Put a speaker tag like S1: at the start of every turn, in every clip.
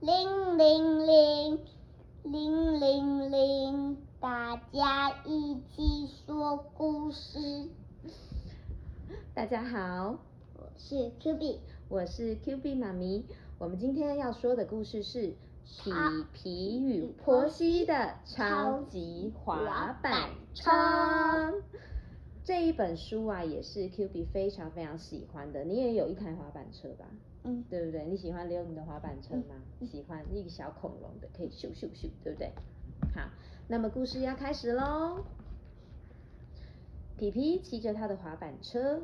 S1: 铃铃铃，铃铃铃，大家一起说故事。
S2: 大家好，
S1: 我是 Q B，
S2: 我是 Q B 妈咪。我们今天要说的故事是《皮皮与波西的超级滑板车》这一本书啊，也是 Q B 非常非常喜欢的。你也有一台滑板车吧？
S1: 嗯，
S2: 对不对？你喜欢溜你的滑板车吗？喜欢，一个小恐龙的，可以咻咻咻，对不对？好，那么故事要开始喽。皮皮骑着他的滑板车，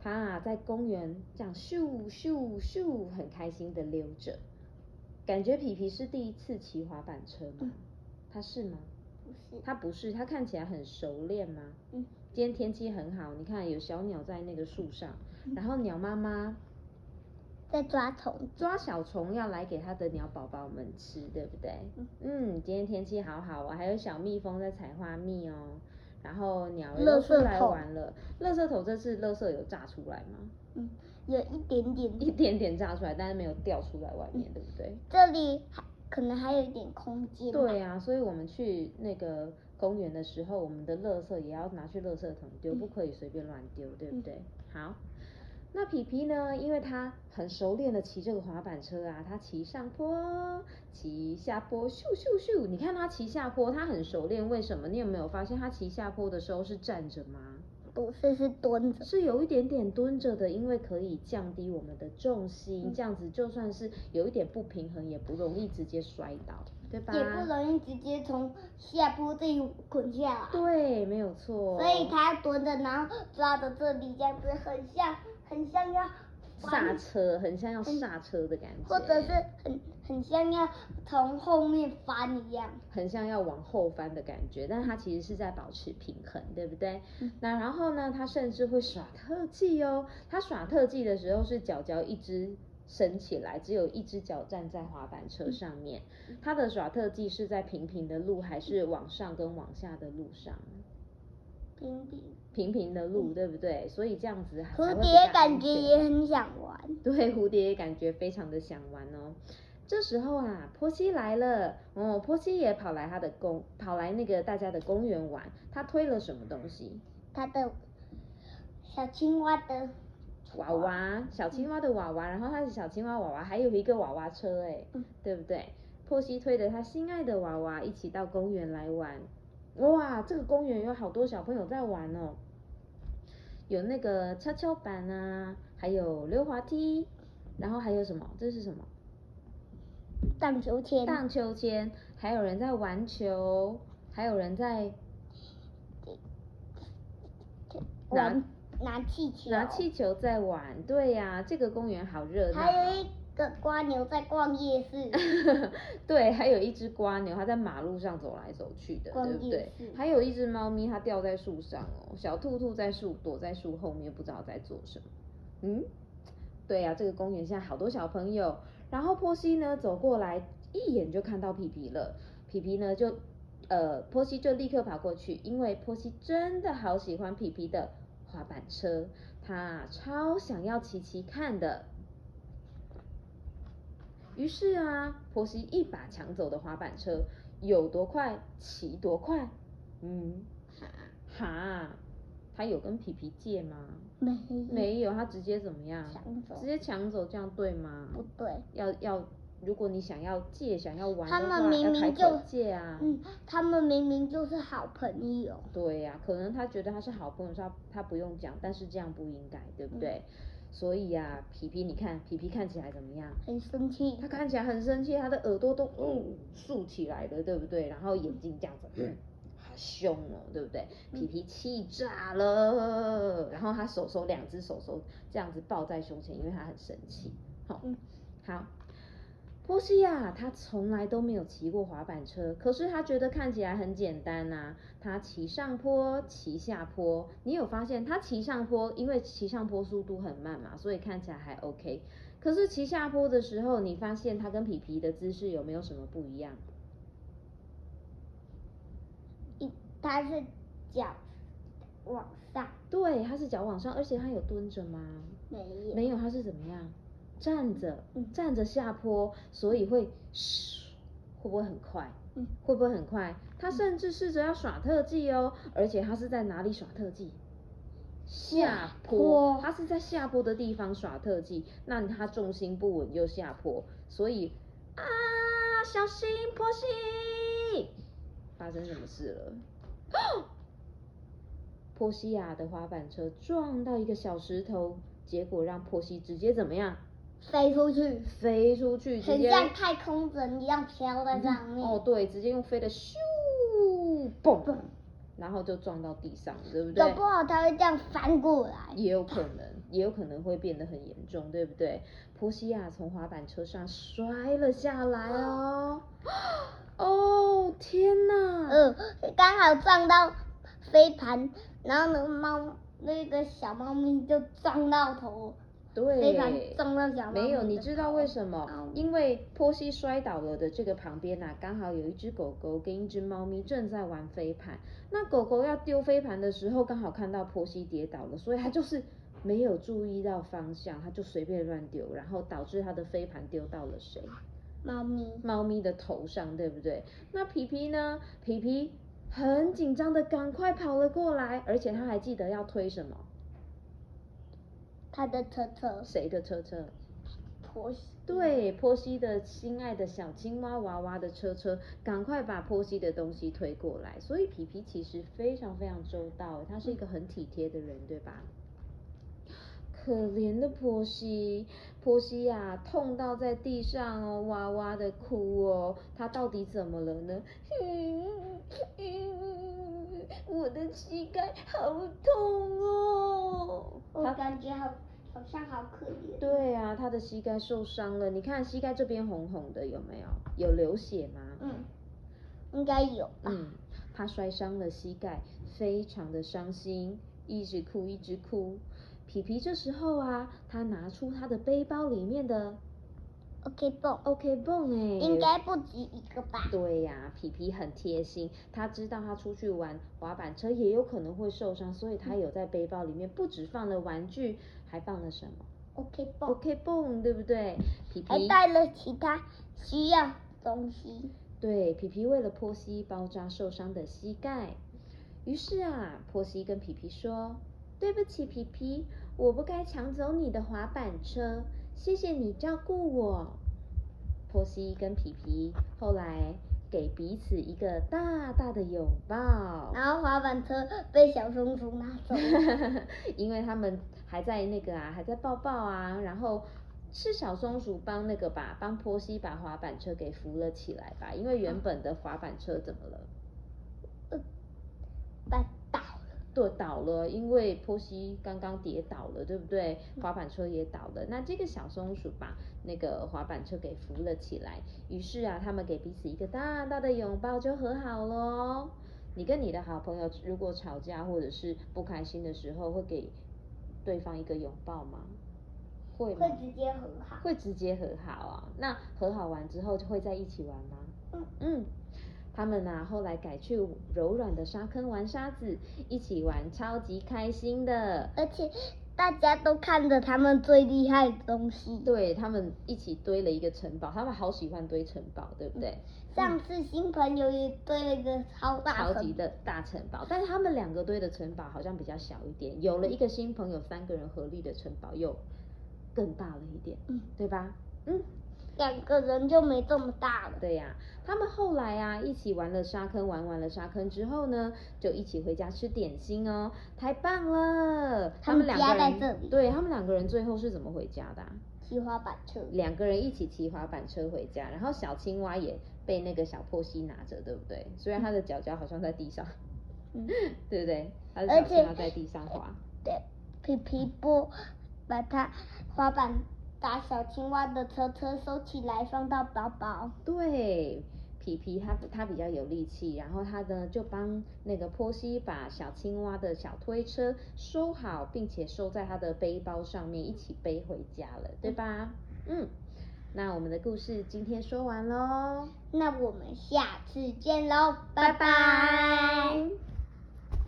S2: 他啊在公园这样咻咻咻，很开心的溜着。感觉皮皮是第一次骑滑板车吗？他是吗？
S1: 不是，
S2: 他不是，他看起来很熟练吗？
S1: 嗯，
S2: 今天天气很好，你看有小鸟在那个树上，
S1: 嗯
S2: 然后鸟妈妈
S1: 在抓虫。
S2: 抓小虫要来给它的鸟宝宝们吃，对不对？嗯，今天天气好好哦，还有小蜜蜂在采花蜜哦。然后鸟儿
S1: 垃
S2: 都
S1: 圾
S2: 出来
S1: 桶
S2: 玩了，垃圾桶这次垃圾有炸出来吗？
S1: 嗯，有一点点，
S2: 一点点炸出来，但是没有掉出来外
S1: 嗯
S2: 面，对不对？
S1: 这里还可能还有一点空间。
S2: 对，啊，所以我们去那个公园的时候，我们的垃圾也要拿去垃圾桶丢，
S1: 嗯
S2: 不可以随便乱丢，对不对？好，那皮皮呢？因为他很熟练的骑这个滑板车啊，他骑上坡，骑下坡，咻咻咻！你看他骑下坡，他很熟练，为什么？你有没有发现他骑下坡的时候是站着吗？
S1: 不是是蹲着。
S2: 是有一点点蹲着的，因为可以降低我们的重心，
S1: 嗯
S2: 这样子就算是有一点不平衡，也不容易直接摔倒，对吧？
S1: 也不容易直接从下坡这里滚下来，
S2: 对，没有错。
S1: 所以他蹲着，然后抓着这里，这样子很像，很像要
S2: 刹车很像要刹车的感觉，
S1: 或者是很很像要从后面翻一样。
S2: 很像要往后翻的感觉，但它其实是在保持平衡，对不对？
S1: 嗯
S2: 那然后呢，它甚至会耍特技哦。它耍特技的时候是脚脚一只伸起来，只有一只脚站在滑板
S1: 嗯
S2: 车上面。它的耍特技是在平平的路，还是往上跟往下的路上？
S1: 平平，
S2: 平平的路，对不对？所以这样子才会
S1: 嗯蝴
S2: 比
S1: 蝶
S2: 较
S1: 感觉
S2: 安全
S1: 也很想玩，
S2: 对，蝴蝶也感觉非常的想玩哦。这时候啊，波西来了，哦，波西也跑来他的公，跑来那个大家的公园玩。他推了什么东西？
S1: 它的小青蛙的
S2: 娃娃，小青蛙的娃娃，然后他的小青蛙娃娃还有一个娃娃车，哎
S1: 嗯，
S2: 对不对？波西推着他心爱的娃娃一起到公园来玩。哇，这个公园有好多小朋友在玩哦，有那个跷跷板啊，还有溜滑梯，然后还有什么？这是什么？
S1: 荡秋千，
S2: 荡秋千，还有人在玩球，还有人在
S1: 玩拿气球，
S2: 拿气球在玩。对呀、这个公园好热闹
S1: 还有
S2: 哦。
S1: 一个瓜牛在逛夜市，
S2: 对，还有一只瓜牛，它在马路上走来走去的，
S1: 逛
S2: 对不
S1: 夜
S2: 对
S1: 市？
S2: 还有一只猫咪，它掉在树上哦。小兔兔在树躲在树后面，不知道在做什么。嗯，对呀、这个公园现在好多小朋友。然后波西呢走过来，一眼就看到皮皮了。皮皮呢就呃，波西就立刻跑过去，因为波西真的好喜欢皮皮的滑板车，他啊超想要骑骑看的。于是啊，波西一把抢走的滑板车，有多快骑多快。嗯，哈，他有跟皮皮借吗？
S1: 没
S2: 没有，他直接怎么样？
S1: 抢走
S2: 直接抢走，这样对吗？
S1: 不对。
S2: 要要，如果你想要借、想要玩的
S1: 他
S2: 话，
S1: 们明
S2: 要开
S1: 明
S2: 口
S1: 就
S2: 借啊。
S1: 嗯，他们明明就是好朋友，
S2: 对呀、可能他觉得他是好朋友，他他不用讲，但是这样不应该，对不
S1: 嗯
S2: 对？所以呀、皮皮，你看皮皮看起来怎么样？
S1: 很生气
S2: 他。看起来很生气，他的耳朵都嗯竖起来了，对不对？然后眼睛这样子，嗯，好凶哦，对不对？皮皮气炸了，然后他手手两只手手这样子抱在胸前，因为他很生气。好、
S1: 嗯
S2: 好。波西亚他从来都没有骑过滑板车，可是他觉得看起来很简单呐、他骑上坡，骑下坡。你有发现他骑上坡，因为骑上坡速度很慢嘛，所以看起来还 OK。可是骑下坡的时候，你发现它跟皮皮的姿势有没有什么不一样？
S1: 一，他是脚往上，
S2: 对，它是脚往上，而且它有蹲着吗？
S1: 没有，
S2: 没有，它是怎么样？站着，
S1: 嗯
S2: 站着下坡，所以会嘘，会不会很快？
S1: 嗯，
S2: 会不会很快？他甚至试着要耍特技哦，而且他是在哪里耍特技？下坡，他是在下坡的地方耍特技，那他重心不稳又下坡，所以啊，小心坡西，发生什么事了？ 波西亚的滑板车撞到一个小石头，结果让波西直接怎么样？
S1: 飞出去，
S2: 飞出去，直
S1: 很
S2: 接
S1: 像太空人一样飘在上面。
S2: 哦，对，直接用飞的咻嘣，然后就撞到地上，对不对？
S1: 搞不好它会这样翻过来。
S2: 也有可能，也有可能会变得很严重，对不对？波西亚从滑板车上摔了下来哦，哦天哪！
S1: 呃，刚好撞到飞盘，然后呢，猫那个小猫咪就撞到头，飞盘
S2: 对，
S1: 撞到小猫咪的头。
S2: 没有，你知道为什么？
S1: 嗯
S2: 因为波西摔倒了的这个旁边呐、刚好有一只狗狗跟一只猫咪正在玩飞盘。那狗狗要丢飞盘的时候，刚好看到波西跌倒了，所以它就是没有注意到方向，它就随便乱丢，然后导致它的飞盘丢到了谁？
S1: 猫咪
S2: 猫咪的头上，对不对？那皮皮呢？皮皮很紧张的赶快跑了过来，而且他还记得要推什么？
S1: 它的车车
S2: 谁的车车？
S1: 婆媳
S2: 对，波西的心爱的小青蛙娃娃的车车，赶快把波西的东西推过来。所以皮皮其实非常非常周到，他是一个很体贴的人，对吧？可怜的波西，波西呀、痛到在地上哦，哇哇的哭哦。他到底怎么了呢？我的膝盖好痛哦。
S1: 我
S2: 他
S1: 感觉好好像好可怜。
S2: 对啊，他的膝盖受伤了，你看膝盖这边红红的，有没有？有流血吗？
S1: 嗯，应该有吧。
S2: 嗯，他摔伤了膝盖，非常的伤心，一直哭一直哭。皮皮这时候啊，他拿出他的背包里面的
S1: OK 蹦，
S2: OK 泵哎，
S1: 应该不止一个吧？
S2: 对呀、皮皮很贴心，他知道他出去玩滑板车也有可能会受伤，所以他有在背包里面不只放了玩具，还放了什么
S1: OK 蹦，
S2: ？OK 泵，对不对？皮
S1: 还
S2: 皮
S1: 带了其他需要的东西。
S2: 对，皮皮为了波西包扎受伤的膝盖，于是啊，波西跟皮皮说：“对不起，皮皮，我不该抢走你的滑板车，谢谢你照顾我。”波西跟皮皮后来给彼此一个大大的拥抱，
S1: 然后滑板车被小松鼠拿走。
S2: 因为他们还在那个啊，还在抱抱啊，然后是小松鼠帮那个吧，帮波西把滑板车给扶了起来吧，因为原本的滑板车怎么了？
S1: 绊倒了，
S2: 对，倒了，因为波西刚刚跌倒了，对不对？滑板车也倒了，那这个小松鼠把那个滑板车给扶了起来，于是啊，他们给彼此一个大大的拥抱就和好喽。你跟你的好朋友如果吵架或者是不开心的时候，会给对方一个拥抱吗？会吗
S1: 会？直接很好。
S2: 会直接和好啊。那和好完之后就会在一起玩吗？
S1: 嗯
S2: 嗯，他们呐、后来改去柔软的沙坑玩沙子，一起玩超级开心的。
S1: 而且大家都看着他们最厉害的东西。
S2: 对他们一起堆了一个城堡，他们好喜欢堆城堡，对不对？
S1: 上次新朋友也堆了一个嗯超大
S2: 超
S1: 的
S2: 级，的大城堡，但是他们两个堆的城堡好像比较小一点。有了一个新朋友，三个人合力的城堡又更大了一点，
S1: 嗯
S2: 对吧？嗯，
S1: 两个人就没这么大了。
S2: 对呀、他们后来啊一起玩了沙坑，玩完了沙坑之后呢，就一起回家吃点心哦，太棒了！
S1: 他
S2: 们
S1: 们
S2: 两个
S1: 家在
S2: 人，
S1: 这里
S2: 对他们两个人最后是怎么回家的啊、
S1: 骑滑板车，
S2: 两个人一起骑滑板车回家，然后小青蛙也被那个小破西拿着，对不对？虽然它的脚脚好像在地上，
S1: 嗯
S2: 对不对？它的
S1: 而
S2: 脚青
S1: 且呃
S2: 蛙在地上滑，
S1: 对，皮皮波把它滑板打小青蛙的车车收起来，放到包包。
S2: 对，皮皮他他比较有力气，然后他呢就帮那个波西把小青蛙的小推车收好，并且收在他的背包上面，一起背回家了，对吧？嗯，那我们的故事今天说完喽，
S1: 那我们下次见喽，拜
S2: 拜
S1: 拜
S2: 拜